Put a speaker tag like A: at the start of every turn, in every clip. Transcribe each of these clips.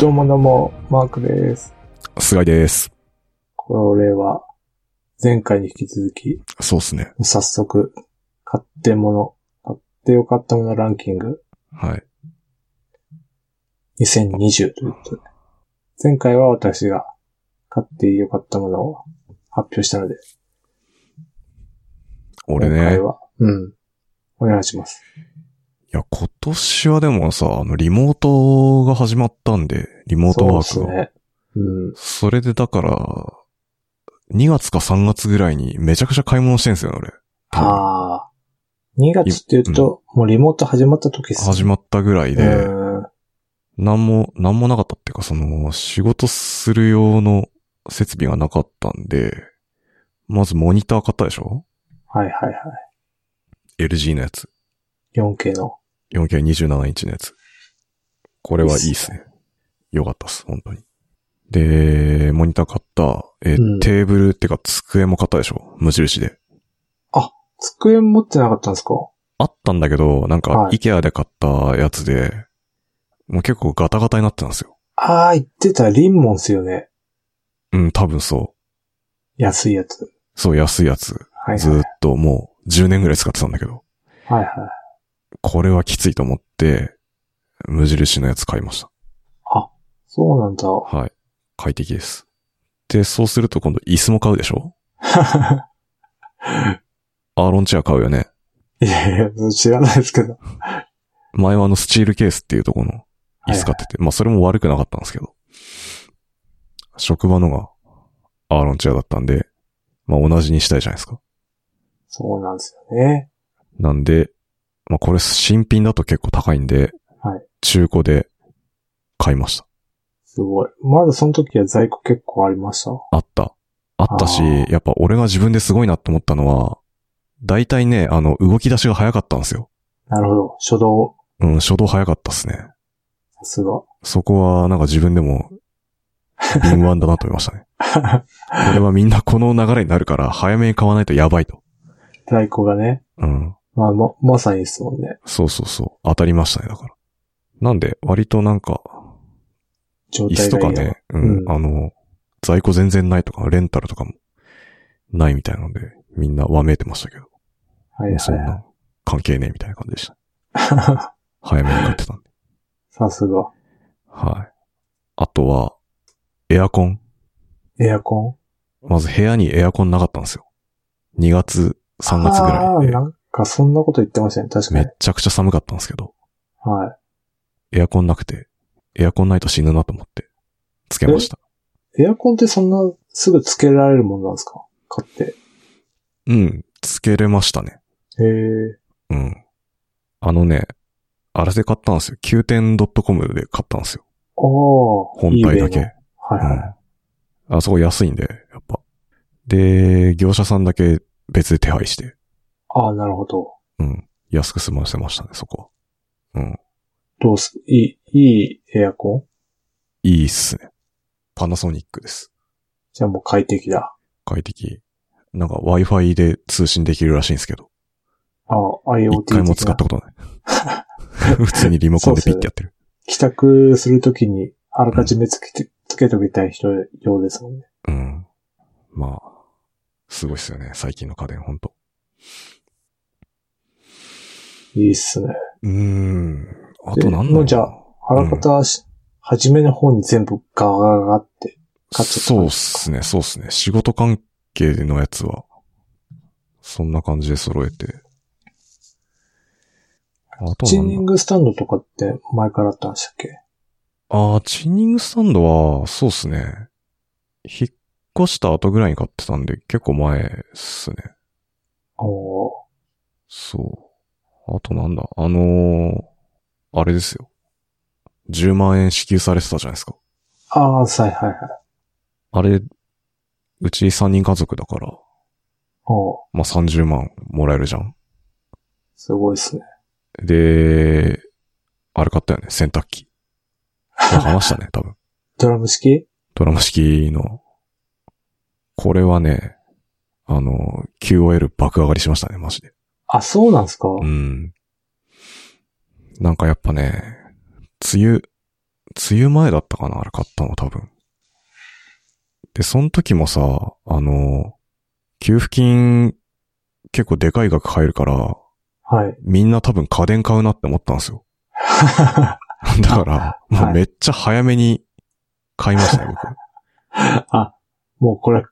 A: どうもどうも、マークです。
B: 菅井です。
A: これは、前回に引き続き、
B: そうっすね。
A: 早速、買ってもの、買ってよかったものランキング
B: はい。
A: 2020ということで。前回は私が買ってよかったものを発表したので、
B: 俺
A: 今
B: ね
A: 回、は、うん。お願いします。
B: いや、今年はでもさ、あの、リモートが始まったんで、リモートワーク
A: そう
B: が。
A: で
B: そ,、
A: すね。うん。
B: れでだから、2月か3月ぐらいにめちゃくちゃ買い物してんすよね、俺。多分
A: ああ。2月って言うと、もうリモート始まった時っす
B: 始まったぐらいで、
A: うん。
B: なんも、なんもなかったっていうか、その、仕事する用の設備がなかったんで、まずモニター買ったでしょ
A: はいはいは
B: ?LG のやつ。
A: い。4K の。
B: 4K27 インチのやつ。これはいいっすね。よかったっす、本当に。で、モニター買った、えー
A: うん
B: テーブルってか机も買ったでしょ無印で。
A: 机持ってなかったんですか
B: あったんだけど、なんか
A: は、い
B: IKEA で買ったやつで、もう結構ガタガタになってたんですよ。
A: ああ、言ってた、リンモンっすよね。
B: うん、多分そ
A: 安いやつ。
B: う。そう、安いやつ。
A: はい、
B: ず
A: はい。
B: ーっともう10年ぐらい使ってたんだけど、
A: はいはい。
B: これはきついと思って、無印のやつ買いました。
A: そうなんだ。
B: はい。快適です。で、そうすると今度椅子も買うでしょアーロンチェア買うよね。
A: いやいや、知らないですけど。
B: 前はあのスチールケースっていうとこの椅子買ってて、まあそれも悪くなかったんですけど。職場のがアーロンチェアだったんで、まあ同じにしたいじゃないですか。
A: そうなんですよね。
B: なんで、まあこれ新品だと結構高いんで、
A: はい
B: 中古で買いました。
A: すごい。まだその時は在庫結構ありました。
B: あった。あったし
A: あー、
B: やっぱ俺が自分ですごいなと思ったのは、大体ね、あの、動き出しが早かったんですよ。
A: なるほど。初動。
B: うん、初動早かったっすね。
A: さすが。
B: そこは、なんか自分でも、敏腕だなと思いまし たね。これはみんなこの流れになるから、早めに買わないとやばいと。
A: 在庫がね。
B: うん。
A: まあ、ま、まさにですもんね。
B: そうそうそう。当たりましたね、だから。なんで、割となんか、
A: 状
B: 椅
A: 態
B: 子と
A: が
B: か
A: いいな。
B: ね、うん、
A: うん
B: あの、在庫全然ないとか、レンタルとかも、ないみたいなので、みんなわめいてましたけど、
A: はい
B: そん
A: は
B: な、関係ねえみたいな感じでした。
A: いはい。
B: 早めに買ってたんで。
A: さすが。
B: はい。あとは、エアコン。
A: エアコン
B: まず部屋にエアコンなかったんですよ。2月、3月ぐ
A: あ
B: ら
A: あ、
B: いで
A: な。んかそんなこと言ってましたね。確か
B: めっ
A: に。
B: ちゃくちゃ寒かったんですけど、
A: は
B: エアコンなくて、エアコンないと死ぬなと思って、つけました。
A: い。エアコンってそんなすぐつけられるもんなんですか買って。
B: うん、つけれましたね。
A: へえ。
B: うん。あのね、あれで買ったんですよ。9点 .com で買ったんですよ。
A: ああ。
B: 本体だけ。
A: eBay のはいはい。
B: うん。あそこ安いんで、やっぱ。で、業者さんだけ別で手配して、
A: ああ、なるほど。
B: うん。安く済ませましたね、そこは。うん。
A: どうす、いい、いいエアコン
B: いいっすね。パナソニックです。
A: じゃあもう快適だ。
B: 快適。なんか Wi-Fi で通信できるらしいんですけど、
A: ああ、IoT
B: 一回も使った
A: 的な
B: ことない。 普通にリモコンでピッてやってる。
A: 帰宅するときに、あらかじめつけて、つけときたい人用ですもんね。
B: うん。まあ、すごいっすよね、最近の家電、ほんと。
A: いいっすね。
B: うーん。あとなん
A: も
B: だろ
A: う
B: う
A: じゃあ
B: な。
A: 腹方し、初めの方に全部ガガガガって。買っちゃった
B: そうっすね、そうっすね。仕事関係のやつは、そんな感じで揃えて。あと
A: チー
B: な
A: ニン
B: んだ。
A: グスタンドとかって前からあったんでしたっけ
B: あーチーニングスタンドは、そうっすね。引っ越した後ぐらいに買ってたんで、結構前っすね。
A: おー
B: そう。あとなんだ、あのー、あれですよ。10万円支給されてたじゃないですか。
A: ああ、はいはいはい。
B: あれ、うち3人家族だから、
A: おー
B: まあ、30万もらえるじゃん。
A: すごいっすね。
B: で、あれ買ったよね、洗濯機。これ話したね、多分。
A: ドラム式
B: ドラム式の。これはね、あの、QOL 爆上がりしましたね、マジで。
A: あ、そうなんすか、
B: うん。なんかやっぱね、梅雨、梅雨前だったかなあれ買ったの多分。で、その時もさ、あの、給付金結構でかい額入るから、
A: はい。
B: みんな多分家電買うなって思ったん ですよ。だから、
A: い
B: もうめっちゃ早めに買いましたね、
A: あ、もうこれ、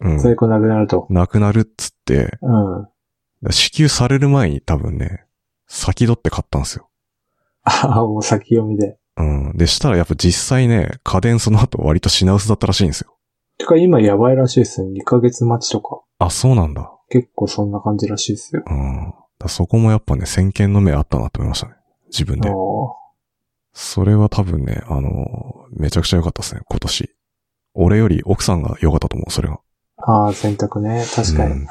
B: 僕。う
A: 在庫なくなると。
B: ん。なくなるっつって、
A: うん。
B: 支給される前に多分ね、先取って買ったんですよ。
A: あもう先読みで。
B: うん。で、したらやっぱ実際ね、家電その後割と品薄だったらしいんですよ。
A: てか今やばいらしいですね。2ヶ月待ちとか。
B: あ、そうなんだ。
A: 結構そんな感じらしいですよ。
B: うん。だからそこもやっぱね、先見の目あったなと思いましたね。自分
A: あ
B: で。
A: ー
B: それは多分ね、あの、めちゃくちゃ良かったですね、今年。俺より奥さんが良かったと思う、それが。
A: あー、洗濯ね。確かに。
B: うん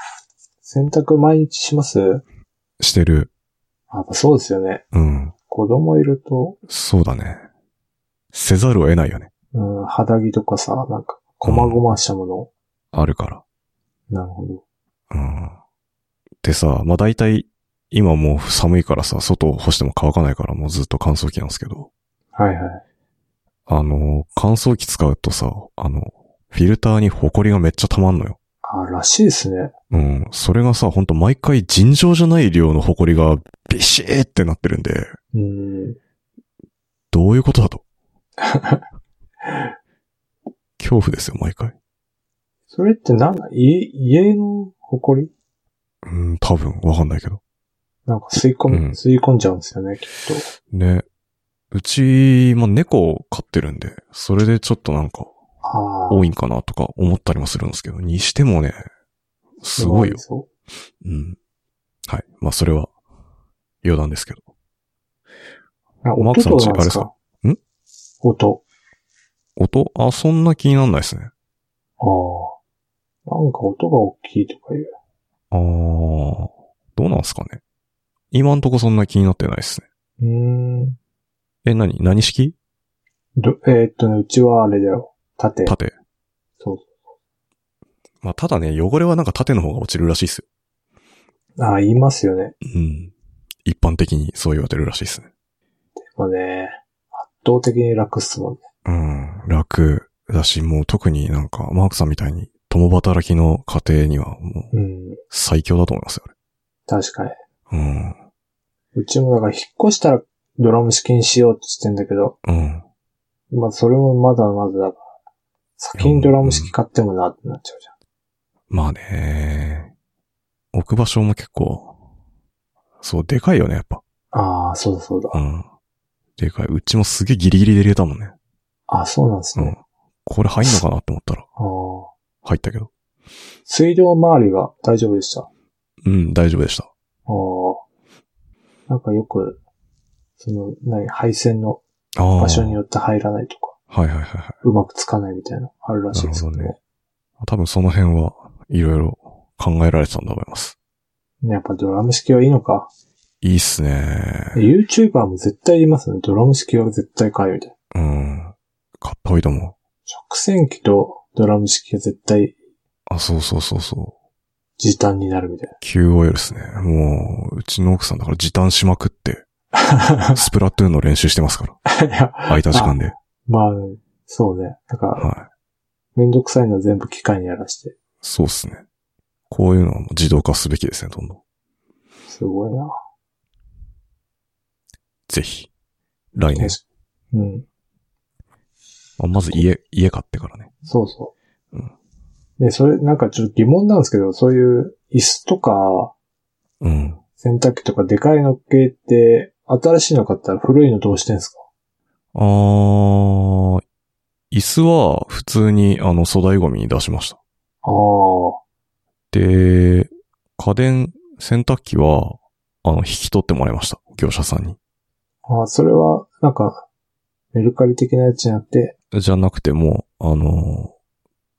A: 洗濯毎日します
B: してる。
A: やっぱそうですよね。
B: うん。
A: 子供いると、
B: そうだね。せざるを得ないよね。
A: うん、肌着とかさ、なんか、細々したもの。
B: あるから。
A: なるほど。
B: うん。でさ、まあ、大体、今もう寒いからさ、外を干しても乾かないからもうずっと乾燥機なんですけど、
A: はいはい。
B: あの、乾燥機使うとさ、あの、フィルターにホコリがめっちゃ溜まんのよ。
A: あーらしいですね。
B: うん。それがさ、ほんと毎回尋常じゃない量のホコリがビシーってなってるんで、
A: うん。
B: どういうことだと。恐怖ですよ、毎回。
A: それってなんだ家、家の埃
B: うん、多分、わかんないけど。
A: なんか吸い込む、
B: うん
A: 吸い込んじゃうんですよね、きっと。
B: ね。うち、まあ、猫を飼ってるんで、それでちょっとなんか、
A: ああ。
B: 多いんかなとか思ったりもするんですけど、にしてもね、すごいよ。
A: そ
B: うん。はい。まあ、それは、余談ですけど。
A: う。あ、
B: マーク
A: 音
B: さ
A: ど
B: ん
A: う
B: の家
A: なんですか
B: あれっす
A: 音。
B: 音あ、そんな気になんないですね。
A: ああ。なんか音が大きいとかいう。
B: あー、どうなんすかね。今んとこそんな気になってないですね。
A: うーん。
B: え、何何式
A: ど、えーっとね、うちはあれだよ。縦。
B: 縦。
A: そう
B: まあ、ただね、汚れはなんか縦の方が落ちるらしいっすよ。
A: ああ、言いますよね。
B: うん。一般的にそう言われてるらしいっすね。
A: まあね、圧倒的に楽っすもんね。
B: うん。楽だし、もう特になんか、マークさんみたいに、共働きの家庭にはもう
A: うん。
B: 最強だと思いますよ、
A: 確かに。
B: あれ。
A: うちもだから引っ越したらドラム式にしようとしてんだけど、
B: うん。うん。
A: まあそれもまだまだだから、先にドラム式買ってもなってなっちゃうじゃん。
B: まあね。置く場所も結構、そう、でかいよね、やっぱ。
A: ああ、そうだそうだ
B: う。ん。でかい。うちもすげえギリギリで入れたもんね。
A: あそうなんです
B: う
A: ね。
B: ん。これ入んのかなって思ったら、
A: あー
B: 入ったけど。
A: 水道周りが大丈夫でした。あ
B: うん、大丈夫でした。
A: あ。なんかよく、その、何、配線の
B: ああ。
A: 場所によって入らないとか、
B: はいはいはいは
A: うまくつかないみたいな、あるらしいですけど
B: なる
A: ね。
B: い。多分その辺はいろいろ考えられてたんだと思います。
A: ねやっぱドラム式はいいのか。
B: いいっすね。
A: YouTuber も絶対言いますね。ドラム式は絶対買えみたいな。
B: うん。買った方がいいと思
A: 食洗機とドラム式は絶対
B: う。あ、そうそうそうそう。
A: 時短になるみたい
B: QOL ですね。もう、うちの奥さんだから時短しま くって、
A: な。
B: スプラトゥーンの練習してますから。
A: いや
B: 空いた時間で。
A: まあ、そうね。だから、
B: はい。
A: めんどくさいのは全部機械にやらして。
B: そうっすね。こういうのはもう自動化すべきですね、どんどん。
A: すごいな。
B: ぜひ。来年。
A: うん。
B: あまず家、家買ってからね。
A: そうそう。
B: うん
A: で、それ、なんかちょっと疑問なんですけど、そういう椅子とか、
B: うん。
A: 洗濯機とかでかいの系って、新しいの買ったら古いのどうしてんすか
B: あー、椅子は普通にあの粗大ゴミに出しました。
A: ああ、
B: で、家電、洗濯機は、あの、引き取ってもらいました。業者さんに。
A: あーそれは、なんか、メルカリ的なやつじゃなくて、
B: じゃなくても、あの、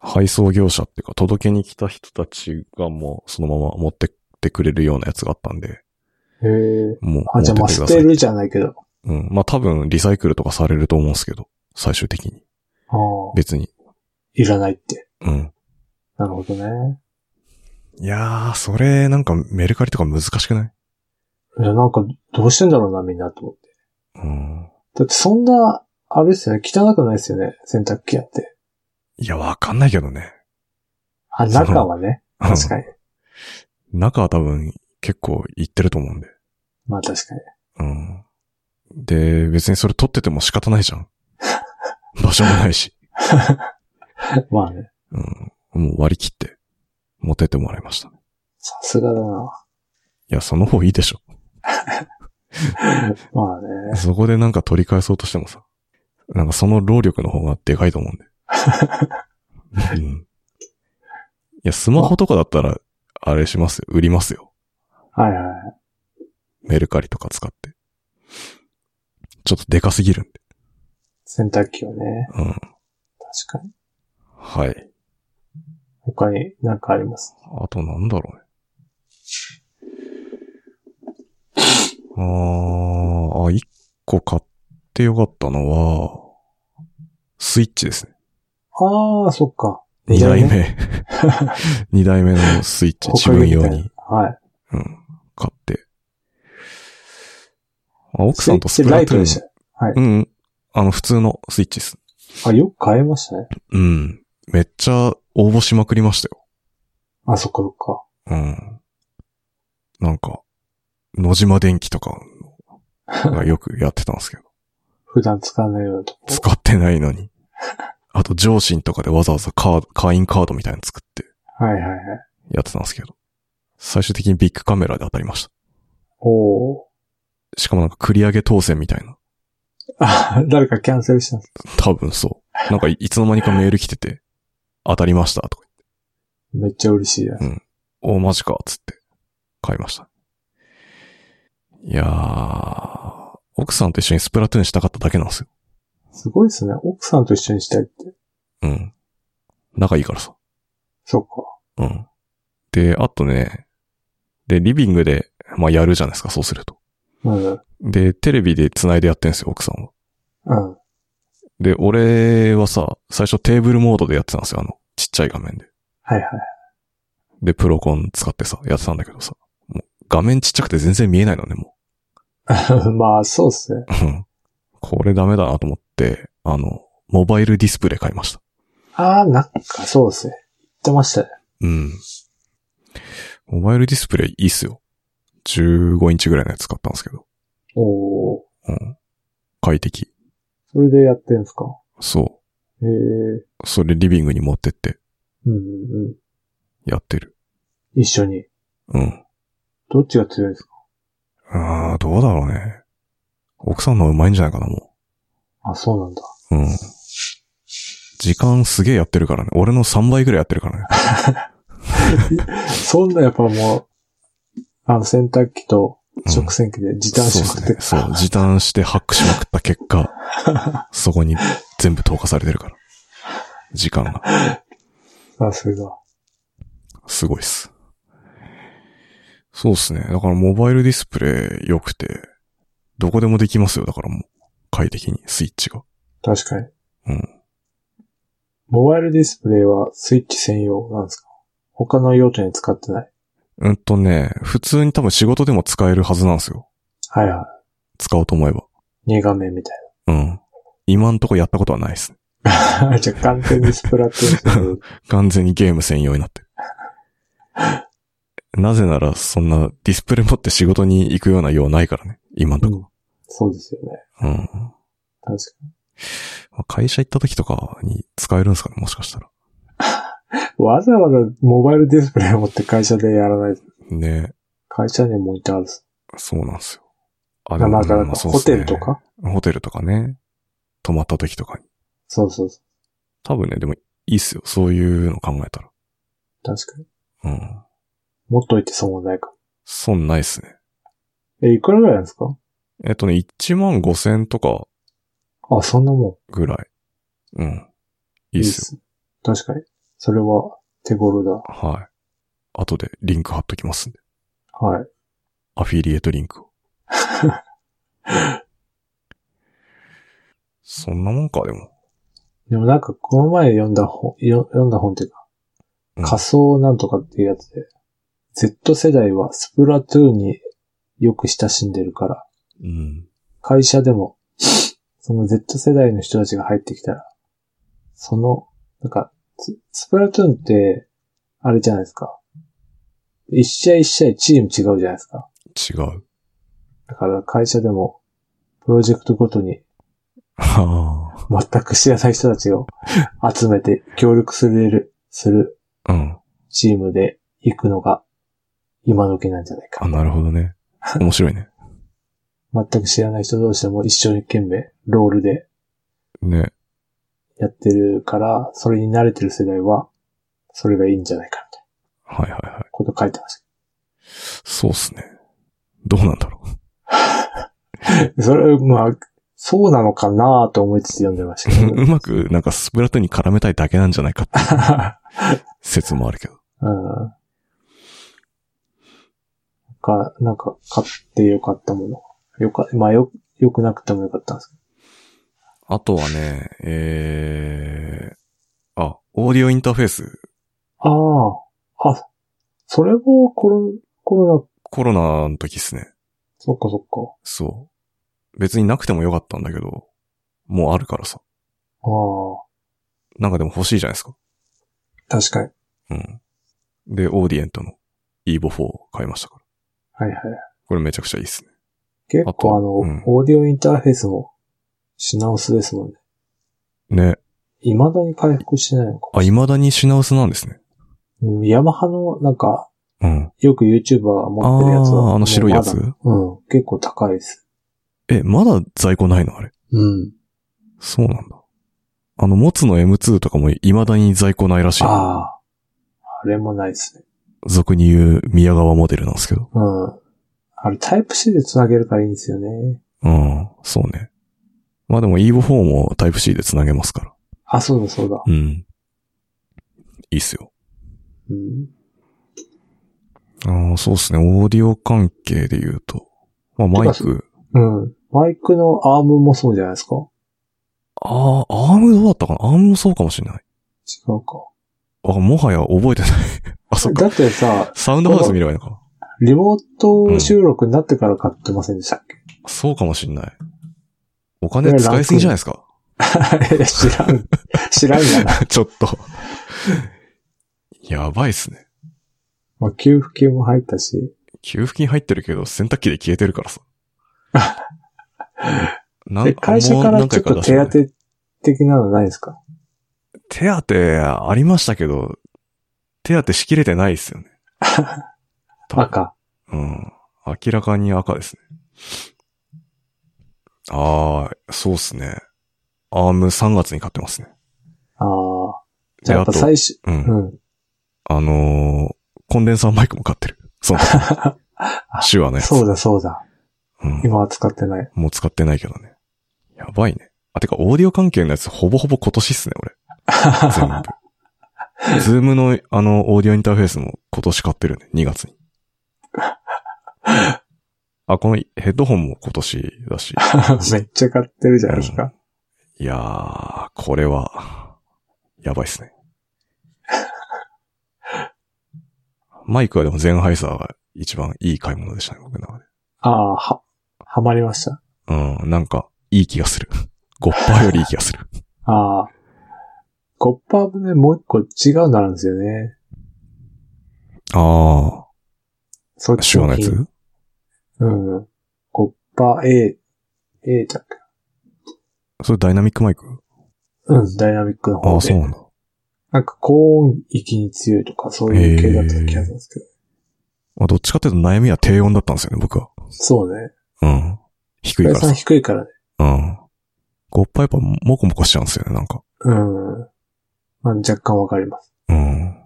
B: 配送業者っていうか、届けに来た人たちがもう、そのまま持ってってくれるようなやつがあったんで、
A: へえ。
B: もう、
A: あ、じゃあま
B: 持
A: あ捨
B: ってってくださ
A: て
B: い
A: るじゃないけど。
B: うん。まあ、多分、リサイクルとかされると思うんですけど、最終的に。
A: ああ、
B: 別に。
A: いらないって。
B: うん。
A: なるほどね。
B: いやー、それ、なんか、メルカリとか難しくない
A: いや、なんか、どうしてんだろうな、みんなと思って。
B: うん。
A: だってそんな、あれですよね。汚くないですよね。洗濯機やって。
B: いや、わかんないけどね。
A: あ、
B: そう
A: 中はね。確かに。
B: に。中は多分結構いってると思うんで。
A: まあ確かに。
B: うん。で、別にそれ撮ってても仕方ない じゃん。場所もないし。
A: まあね。
B: うん。もう割り切って、持ってってもらいましたね。
A: さすがだな。
B: いや、その方いいでしょ。
A: まあね。
B: そこでなんか取り返そうとしてもさ、なんかその労力の方がでかいと思うんで。うん。いや、スマホとかだったら、あれしますよ。売りますよ。
A: はいはい。
B: メルカリとか使って。ちょっとでかすぎるんで。
A: 洗濯機はね。
B: うん。
A: 確かに。
B: はい。
A: 他に何かあります。
B: あとなんだろうね。あー、あ、一個買ってよかったのは、スイッチですね。
A: ああ、そっか。
B: 二 代目。二代目のスイッチ、自
A: 他にみ
B: 分
A: たい
B: 用
A: な
B: に、
A: はい。
B: うん、買って。あ、奥さんと
A: スイ
B: ス
A: ッ
B: プ
A: チラ
B: ラ
A: イ
B: ト
A: ト
B: ゥ
A: でし
B: ーン。
A: た。はい。
B: うんうん。あの、普通のスイッチです。
A: あ、よく変えましたね。
B: うん。めっちゃ応募しまくりましたよ。
A: あ、そっかそっか。
B: うん。なんか、野島電機とかがよくやってたんですけど、
A: 普段使わないようなとこ。
B: 使ってないのに。あと、上信とかでわざわざカード、会員カードみたいなの作って
A: はいはいはい。
B: やってたんですけど、最終的にビッグカメラで当たりました。
A: おお
B: しかもなんか繰り上げ当選みたいな。
A: ー。あ、誰かキャンセルしたんです。
B: 多分そう。なんかいいつの間にかメール来てて、当たりましたとか
A: めっちゃ嬉しいや。
B: 言って。お、マジかっつって、買いました。いやー、奥さんと一緒にスプラトゥーンしたかっただけなんですよ。
A: すごいですね。奥さんと一緒にしたいって。
B: うん。仲いいからさ。
A: そっか。
B: うん。で、あとね、で、リビングで、まあ、やるじゃないですか、そうすると。
A: うん。
B: で、テレビで繋いでやってんですよ、奥さんは。
A: うん。
B: で、俺はさ、最初テーブルモードでやってたんですよ、あの、ちっちゃい画面で。
A: はいはい。
B: で、プロコン使ってさ、やってたんだけどさ、もう画面ちっちゃくて全然見えないのね、も
A: まあ、そうっすね。
B: ううん。これダメだなと思って、あの、モバイルディスプレイ買いました。
A: ああ、なんかそうっすね。言ってましたね。
B: うん。モバイルディスプレイいいっすよ。15インチぐらいのやつ買ったんですけど。
A: おお
B: うん。快適。
A: ー。それでやってんすか。
B: そ
A: へえ。
B: う。それリビングに持ってって
A: うんうんう
B: やってる。
A: ん。一緒に。
B: うん。
A: どっちが強いですか
B: あー、どうだろうね。奥さんの方がうまいんじゃないかな、も
A: あ、そうなんだ。
B: う。うん。時間すげえやってるからね。俺の3倍ぐらいやってるからね。
A: そんなやっぱもう、あの、洗濯機と食洗機で時短しまくって、
B: そうですね。そう、時短してハックしまくった結果、そこに全部投下されてるから。時間が。
A: さすが。
B: すごいっす。そうっすね。だからモバイルディスプレイ良くて、どこでもできますよ。だからもう、快適にスイッチが。
A: 確かに。
B: うん。
A: モバイルディスプレイはスイッチ専用なんですか他の用途に使ってない。
B: うんとね、普通に多分仕事でも使えるはずなんですよ。
A: はいは
B: 使おうと思えば。
A: い。2画面みたい
B: うん。今んとこやったことはないっすね。
A: な。 じゃあ完全にスプラトゥーン専用
B: 完全にゲーム専用になってる。なぜなら、そんなディスプレイ持って仕事に行くような用ないからね。今んと
A: う
B: こ。
A: んそうですよね。
B: うん。
A: 確か
B: まあ会社行った時とかに使えるんですかね、もしかしたら。
A: に。わざわざモバイルディスプレイを持って会社でやらない。
B: ね
A: 会社にモニターです。
B: そうなんですよ。あ
A: まあだから
B: まあそうっ
A: ホ
B: すね
A: テルとか
B: ホテルとかね。泊まった時とかに。
A: そうそうそ
B: 多分ね、でもいいっすよ。そういうの考えたら。
A: う。確かに。
B: うん。
A: 持っといて損はないか
B: 損ないっすね。
A: も。え、いくらぐらいなんですか
B: えっとね、1万5千とか
A: あ、そんなも
B: ぐらい。うん。
A: ん。
B: いいっすよ。
A: いいっ確かに。それは手頃だ。
B: はい。後でリンク貼っときますんで。
A: はい。
B: アフィリエイトリンクを。 そんなもんか、でも。
A: でもなんか、この前読んだ本、よ読んだ本っていうか
B: うん、
A: 仮想なんとかっていうやつで、Z 世代はスプラトゥーンによく親しんでるから、
B: うん。
A: 会社でも その Z 世代の人たちが入ってきたら、その、なんか、ススプラトゥーンって、あれじゃないですか。一試合一試合チーム違うじゃないですか。
B: 違う。
A: だから会社でも、プロジェクトごとに
B: あ
A: 全く知らない人たちを集めて協力する、する
B: あ。うん。
A: チームで行くのが今時なんじゃないか
B: あ、。なるほどね。面白いね。
A: 全く知らない人同士でも一生懸命ロールで
B: ね。
A: やってるから、それに慣れてる世代は、それがいいんじゃないかみたいな
B: はいはいはい。
A: こと書いてまし
B: そうっすね。どうなんだろう。
A: た。それ、まあ、そうなのかなと思いつつ読んでましたけど。
B: う まく、なんかスプラトゥーンに絡めたいだけなんじゃないかって説もあるけど。
A: うん。か、なんか、買ってよかったもの。よか、まあ、よ、良くなくてもよかったんですけ
B: あとはね、えー、あ、オーディオインターフェース。
A: ど。ああ。あ、それもコロ、コロナ、
B: コロナの時っすね。
A: そっかそっか。
B: そう。別になくてもよかったんだけど、もうあるからさ。
A: あ
B: なんかでも欲しいじゃないですか。
A: あ。確かに。
B: うん。で、オーディエントの EVO4 買いましたから。
A: はいはい。
B: これめちゃくちゃいいっすね。
A: 結
B: あと
A: 構あの、
B: うん
A: オーディオインターフェースも品薄ですもんね。
B: ね。
A: 未だに回復してないのか。
B: あ、未だに品薄なんですね。
A: うん、ヤマハの、なんか、
B: うん。
A: よく YouTuber が持ってるやつ
B: あ
A: は。
B: あ、あの白いやつ
A: もうまだうん、結構高いです。
B: え、まだ在庫ないのあれ。
A: うん。
B: そうなんだ。あの、モツの M2 とかも未だに在庫ないらしい。
A: ああ。あれもないですね。
B: 俗に言う宮川モデルなんですけど。
A: うん。あれタイプ C で繋げるからいいんですよね。
B: うん、そうね。まあでも EVO4 も Type-C で繋げますから。
A: あ、そうだそうだ。
B: うん。いいっすよ。
A: うん。
B: ああ、そうっすね。オーディオ関係で言うと。まあマイ
A: てか
B: ク。
A: うん。マイクのアームもそうじゃないですか
B: ああ、アームどうだったかなアームもそうかもしれな
A: 違
B: い。
A: うか。
B: あ、もはや覚えてない。あ、そっか。
A: だってさ、
B: サウンドハウス見ればいいのか。
A: リモート収録になってから買ってませんでしたっけ、
B: そうかもしんない。お金使いすぎじゃないですか。
A: いや知ら ん。知らんがな。
B: ちょっと。やばいっすね。
A: まあ、給付金も入ったし。
B: 給付金入ってるけど、洗濯機で消えてるか らさ。な
A: で、会社か
B: もう
A: ら
B: 何
A: ちょ
B: 回
A: っと
B: 出して
A: 手
B: な
A: 当
B: い
A: て的なのないですか
B: 手当ありましたけど、手当しきれてないですよね。多分
A: 赤。
B: うん。明らかに赤ですね。ああ、そうっすね。アーム3月に買ってますね。
A: ああ。じゃあやっぱ最初、う
B: う。
A: んん。
B: あのーコンデンサーマイクも買ってる。その 時手話のやつ。
A: そうだそうだ。
B: うん
A: 今は使ってない。
B: もう使ってないけどね。やばいね。あ、てか、オーディオ関係のやつ、ほぼほぼ今年っすね、俺。全部。ズームの、あの、オーディオインターフェースも今年買ってるね、2月に。あ、このヘッドホンも今年だし。
A: めっちゃ買ってるじゃないですか。
B: いやー、これは、やばいっすね。マイクはでもゼンハイサーが一番いい買い物でしたね、僕の中で。
A: ああ、は、はまりました。
B: うん、なんか、いい気がする。ゴッパーよりいい気がする。
A: ああ。コッパーもね、もう一個違うのあるんですよね。
B: ああ。
A: そっ
B: 手
A: ちの
B: 話のや
A: 品
B: つ
A: うん。コッパー A、A だっけ
B: それダイナミックマイク
A: うん、ダイナミックの
B: あ
A: 方
B: あ、そう
A: で。
B: なんだ。
A: なんか高音域に強いとか、そういう系だった気がするんですけど。
B: まあ、どっちかっていうと悩みは低音だったんですよね、僕は。
A: そうね。
B: うん。低
A: プ
B: いか
A: ラ
B: ら
A: さん
B: さ。
A: 低いからね。
B: うん。ゴッパやっぱモコモコしちゃうんですよね、なんか。
A: うん。まあ、若干わかります。
B: うん。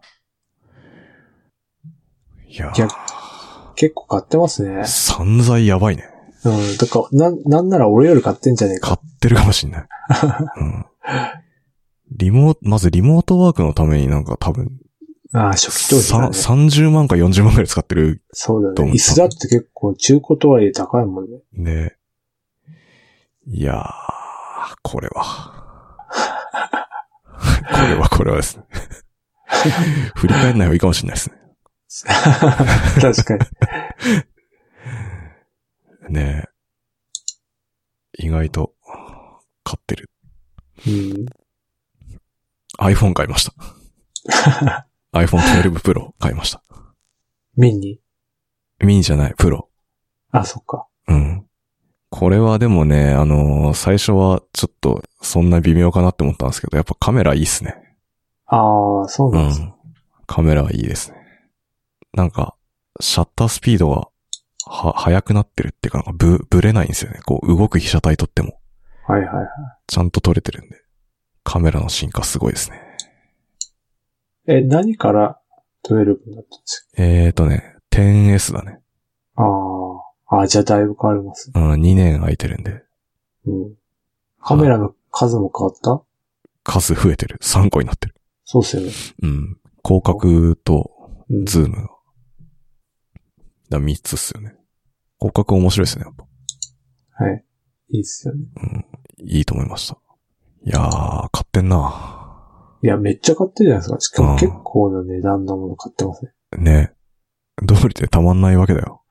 B: いやー
A: いや結構買ってますね。
B: 散財やばいね。
A: うん。だから、なん、なんなら俺より買ってんじゃねえ
B: 買
A: か。
B: ってるかもしん ない。うん。リモート、まずリモートワークのためになんか多分、
A: ああ、初期投資
B: さ
A: だ
B: ん
A: ね。
B: 30万か40万くらい使ってる
A: そうだ
B: と
A: ね。
B: 思う
A: 椅子だって結構中古とはいえ高いも んね。
B: ね。いやー、これは。 これはこれはですね。 振り返んない方がいいかもしれないですね。
A: 確かに。
B: ねえ意外と、
A: うん。
B: iPhone 買いました。iPhone 12 Pro 買いました。
A: ミニ
B: ミニじゃない、プロ。
A: あ、そっか。
B: うん。これはでもね、あのー最初はちょっとそんな微妙かなって思ったんですけど、やっぱカメラいいっすね。
A: ああ、そう
B: う
A: なんですね。
B: ん。カメラはいいですね。なんか、シャッタースピードが、は、速くなってるっていうか、なんかぶ、ぶれないんですよね。こう、動く被写体撮っても、
A: はいはいはい。
B: ちゃんと撮れてるんで。カメラの進化すごいですね。
A: え、何から12になったんです
B: えーとね、10S だね。
A: かああ。あ、じゃあだいぶ変わります。
B: うん、2年空いてるんで。
A: うん。カメラの数も変わった
B: 数増えてる。3個になってる。
A: そうっすよね。
B: うん。広角と、
A: うん。
B: ズームが。だ3つっすよね。広角面白いですね、やっぱ。
A: はい。いいっすよね。
B: いいと思いました。いやー、買ってんない
A: や、めっちゃ買ってるじゃないですか。しか
B: う
A: も
B: ん
A: 結構な値段のもの買ってますね。
B: ねえ。道理でたまんないわけだよ。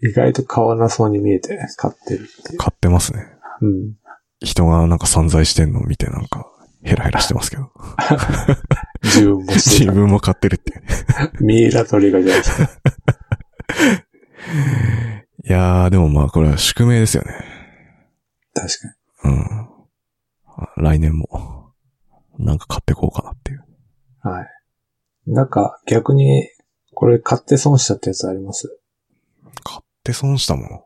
A: 意外と買わなそうに見えて買ってるっていう。
B: 買ってますね。
A: うん。
B: 人がなんか散財してんのを見てなんか、ヘラヘラしてますけど。
A: 自分もして
B: 自
A: た。
B: 分も買ってるっていうね。
A: ミイラトリガーじゃないですか。
B: いやー、でもまあこれは宿命ですよね。
A: 確かに。
B: うん。来年も、なんか買ってこうかなっていう。
A: はい。なんか、逆に、これ買って損したってやつあります
B: 買って損したもの。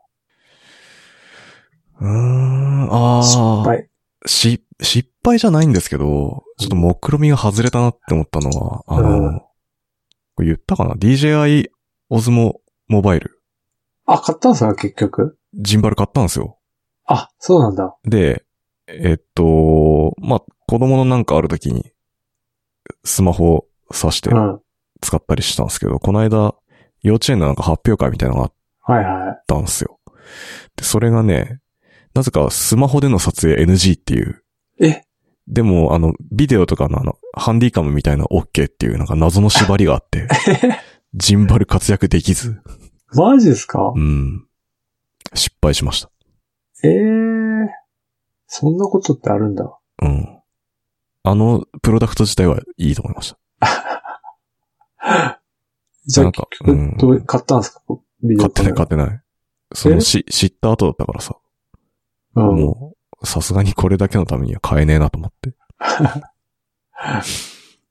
B: うーん、あー。
A: 失敗。
B: し、失敗じゃないんですけど、ちょっと目論みが外れたなって思ったのは、あの、
A: うん
B: これ言ったかな ?DJI Osmo モバイル、
A: あ、買ったんすか結局。
B: ジンバル買ったんですよ。
A: あ、そうなんだ。
B: で、えっと、まあ、子供のなんかある時に、スマホを挿して
A: うん。は
B: 使ったりしたんですけど、この間、幼稚園のなんか発表会みたいなのがあっ
A: いは
B: たんですよ。で、それがね、なぜかスマホでの撮影 NG っていう、
A: い。え、
B: でも、あの、ビデオとかのあの、ハンディカムみたいな OK っていうなんか謎の縛りがあって、ジンバル活躍できず、
A: マジですか
B: うん。失敗しました。
A: ええー。そんなことってあるんだ。
B: うん。あの、プロダクト自体はいいと思いました。
A: じゃ
B: な
A: あ
B: んか
A: 結局ど
B: う、
A: うん買ったんすかビデ
B: 買
A: オ
B: ってない、買ってない。そ
A: え
B: の、し、知った後だったからさ、
A: カメラうん。
B: もう、さすがにこれだけのためには買えねえなと思って。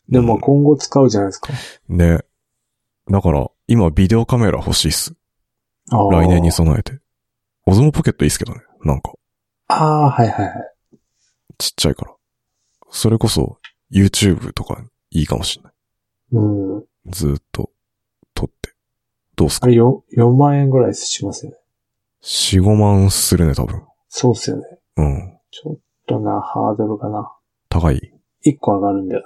A: でも今後使うじゃないですか。
B: ね。だから、今、ビデオカメラ欲しいっす。
A: あー
B: 来年に備えて。オズモポケットいいっすけどね。なんか。
A: ああ、はいはいはい。
B: ちっちゃいから。それこそ YouTube とかいいかもしれない。
A: うん。
B: ずーっと撮って。どうす
A: あ
B: か
A: れ4、4万円ぐらいしますよね。
B: ?4、5万するね、多分。
A: そうっすよね。
B: うん。
A: ちょっとな、ハードルかな。
B: 高い
A: 1個上がるんだよ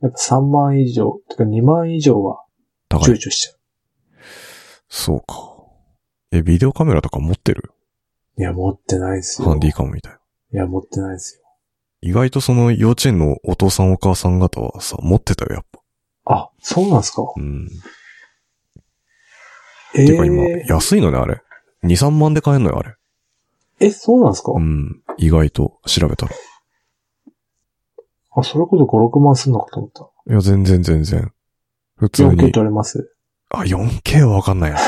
A: な。やっぱ3万以上、とか2万以上は
B: 高
A: 躊躇
B: い。
A: しちゃう。
B: そうか。え、ビデオカメラとか持ってる
A: いや、持ってないですよ。
B: ハンディ
A: い
B: カムみたいな。
A: や、持ってないですよ。
B: 意外とその幼稚園のお父さんお母さん方はさ、持ってたよ、やっぱ。
A: あ、そうなんすか。
B: うん。
A: え
B: てか今、
A: ー、
B: 安いのね、あれ。2、3万で買えんのよ、あれ。
A: え、そうなんすか、
B: うん。意外と調べたら。
A: あ、それこそ5、6万すんのかと思った。
B: いや、全然全然。普通
A: 4K
B: に。
A: 取れます
B: あ、4K はわかんないな。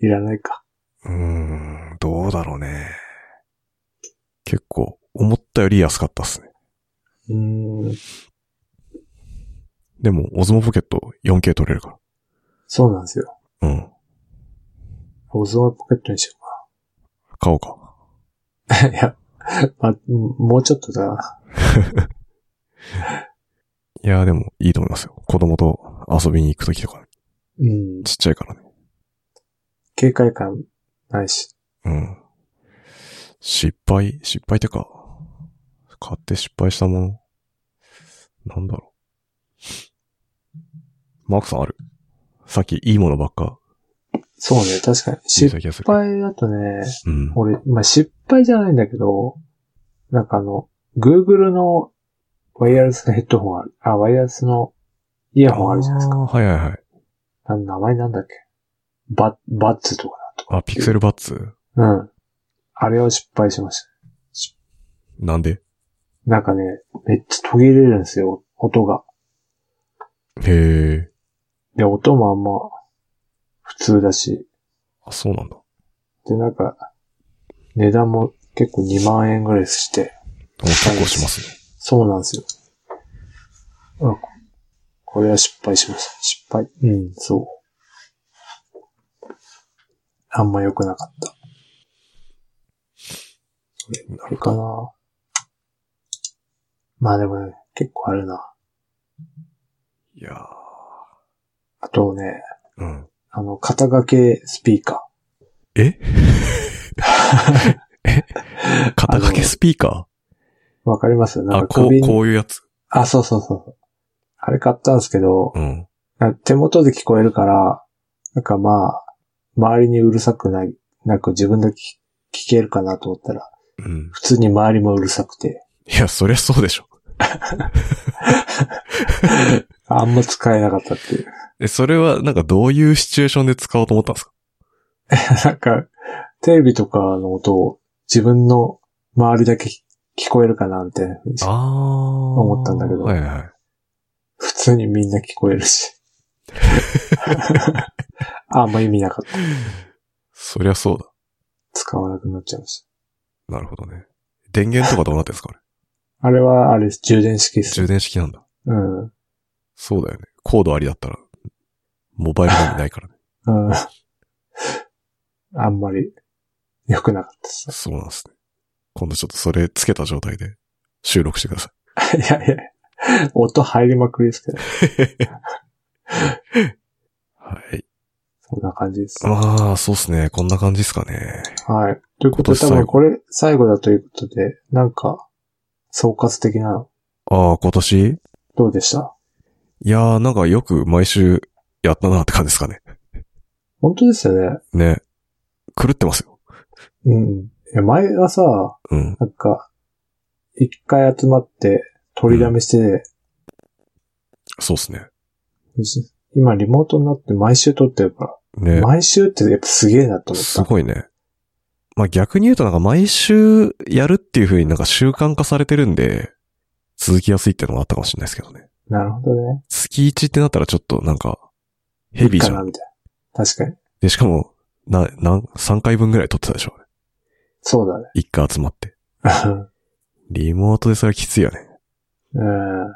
A: いらないか。
B: うーん、どうだろうね。結構、思ったより安かったっすね。
A: うーん、
B: でも、オズモポケット 4K 取れるか
A: そうなんですよ。
B: ら。うん。
A: オズマポケットにしよ
B: 買おうか。
A: うか。いや、 まあ、もうちょっとだな。
B: いやーでも、いいと思いますよ。子供と遊びに行くときとか、
A: うん、
B: ちっちゃいからね。
A: 警戒感ないし。
B: うん。失敗、失敗ってか、買って失敗したもの。なんだろう。マークさんあるさっきいいものばっか
A: そうね、確かに。
B: 言っ
A: 失
B: た気がする。
A: 敗だとね、
B: うん。
A: 俺、まあ、失敗じゃないんだけど、なんかあの、Google のワイヤレスのヘッドホンある、あ、ワイヤレスのイヤホンあるじゃないですか。
B: あーはいはいはい。
A: あの名前なんだっけバッ、バッツとか
B: あ、ピクセルバッツ
A: だ。うん。あれは失敗しました。
B: なんで
A: なんかね、めっちゃ途切れるんですよ、音が。
B: へえ。
A: で、音もあんま、普通だし。
B: あ、そうなんだ。
A: で、なんか、値段も結構2万円ぐらいして。
B: お結構しますね。
A: そうなんですよ。あここれは失敗しました。失敗。うん、そう。あんま良くなかった。それ、あれかな。まあでもね、結構あるな。
B: いや
A: あとね、
B: ー。うん。
A: あの、肩掛けスピーカー。
B: ええ肩掛けスピーカ
A: わかります
B: ー
A: なん
B: あ、
A: か
B: こう
A: 首、に
B: こういうやつ。
A: あ、そうそうそうそう。あれ買ったんですけど、
B: うん。
A: なんか手元で聞こえるから、なんかまあ、周りにうるさくない、なく自分だけ聞聞けるかなと思ったら、
B: うん。
A: 普通に周りもうるさくて、
B: いや、そりゃそうでしょ。
A: あんま使えなかったっていう。
B: え、それは、なんかどういうシチュエーションで使おうと思ったんですか
A: なんか、テレビとかの音を自分の周りだけ聞こえるかなみたいな。
B: あー。
A: 思ったんだけど
B: はいはい。
A: 普通にみんな聞こえる し。 あんま意味なかった。
B: そりゃそうだ。
A: 使わなくなっちゃいました。
B: なるほどね。電源とかどうなってんですかあれ。
A: あれは、あれです、充電式です。
B: 充電式なんだ。
A: うん。 うん。
B: そうだよね。コードありだったら、モバイルフォンにな いからね。
A: あんまり良くなかったです。
B: そうなんですね。今度ちょっとそれつけた状態で収録してくださ
A: いやいや、音入りまくりですけど、
B: い。はい。
A: そんな感じです。
B: まあ、そうっすね。こんな感じですかね。
A: はい。ということで、多
B: 今年最
A: 分
B: 後
A: これ最後だということで、なんか、総括的なの、
B: ああ、今年
A: どうでした
B: いやー、なんかよく毎週やったなって感じですかね。
A: 本当ですよね。
B: ね。狂ってますよ。
A: うん。いや、前はさ、
B: うん。
A: なんか、一回集まって、取りだめして、
B: そうっすね。
A: 今リモートになって毎週撮ってるか
B: ね
A: ら、。毎週ってやっぱすげえなと思っ
B: す
A: た。
B: ごいね。まあ逆に言うとなんか毎週やるっていう風になんか習慣化されてるんで、続きやすいっていうのもあったかもしれないですけどね。
A: なるほどね。
B: 月1ってなったらちょっとなんか、ヘビーじ
A: いい
B: ゃ。
A: かなんみたいな。確かに。
B: で、しかも、な、なん、3回分ぐらい撮ってたでしょ。
A: そうだね。
B: 1回集まって。
A: うん
B: リモートでそれはきついよね。
A: うん。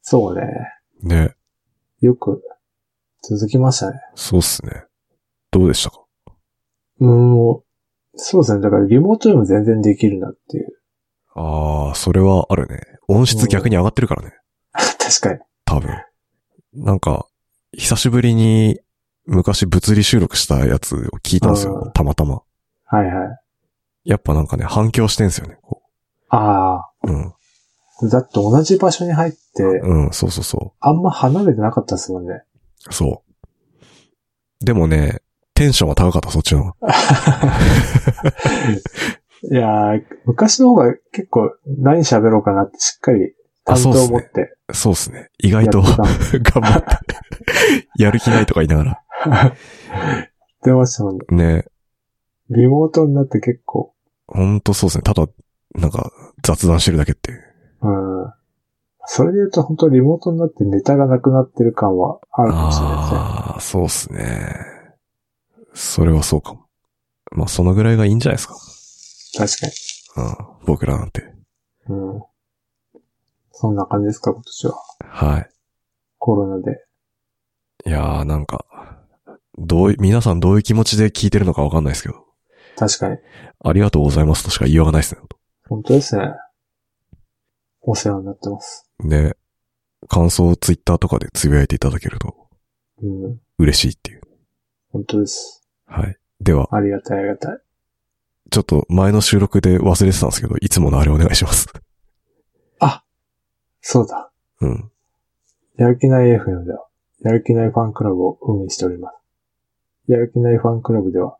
A: そうね。
B: ね。
A: よく続きましたね。
B: そうっすね。どうでしたか
A: うん。そうですね。だからリモートでも全然できるなっていう。
B: あー、それはあるね。音質逆に上がってるからね。
A: 確かに。
B: 多分。なんか、久しぶりに昔物理収録したやつを聞いたんです
A: う
B: よ
A: ん。
B: たまたま。
A: はいはい。
B: やっぱなんかね、反響してんすよね。こ
A: あ
B: ううん。
A: あ。だって同じ場所に入って、
B: うん、そうそうそ
A: あんま離れてなかったですもんね。
B: う。そう。でもね、テンションは高かった、そっちの方が。
A: いやー、昔の方が結構何喋ろうかなってしっかり担当を持って
B: そうっすね。意
A: やっ
B: 外
A: て
B: と 頑
A: た。
B: 張って。やる気ないとか言いながら。
A: 出ましたもんね。
B: ね。
A: リモートになって結構、
B: ほんとそうっすね。ただ、なんか雑談してるだけっていう。
A: うん。それで言うと本当リモートになってネタがなくなってる感はあるかもしれないですね。
B: ああ、そうっすね。それはそうかも。まあ、そのぐらいがいいんじゃないですか。
A: 確かに。
B: うん。僕らなんて。
A: うん。そんな感じですか、今年は。
B: はい。
A: コロナで。
B: いやーなんか、どうい、皆さんどういう気持ちで聞いてるのかわかんないですけど、
A: 確かに。
B: ありがとうございますとしか言いようがないですね。
A: 本当ですね。お世話になってます。
B: ね、感想をツイッターとかでつぶやいていただけると
A: うん。
B: 嬉しいっていう。
A: 本当です。
B: はい。では、
A: ありがたい、ありがたい。
B: ちょっと前の収録で忘れてたんですけど、いつものあれお願いします。
A: そうだ。
B: うん。
A: やる気ない FM では、やる気ないファンクラブを運営しております。やる気ないファンクラブでは、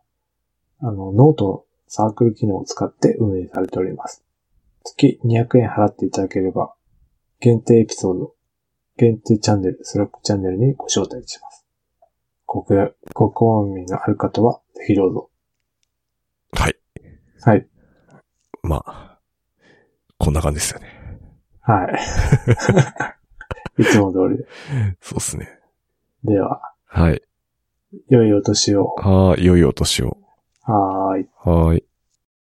A: あの、ノートのサークル機能を使って運営されております。月200円払っていただければ、限定エピソード、限定チャンネル、スラックチャンネルにご招待します。ご興ご興味のある方は、ぜひどうぞ。
B: はい。
A: はい。
B: まあ、こんな感じですよね。
A: はい。い つも通り
B: そうですね。
A: で。では、
B: はい。
A: 良いお年を。
B: はーい、良いお年を。
A: はーい。
B: はーい。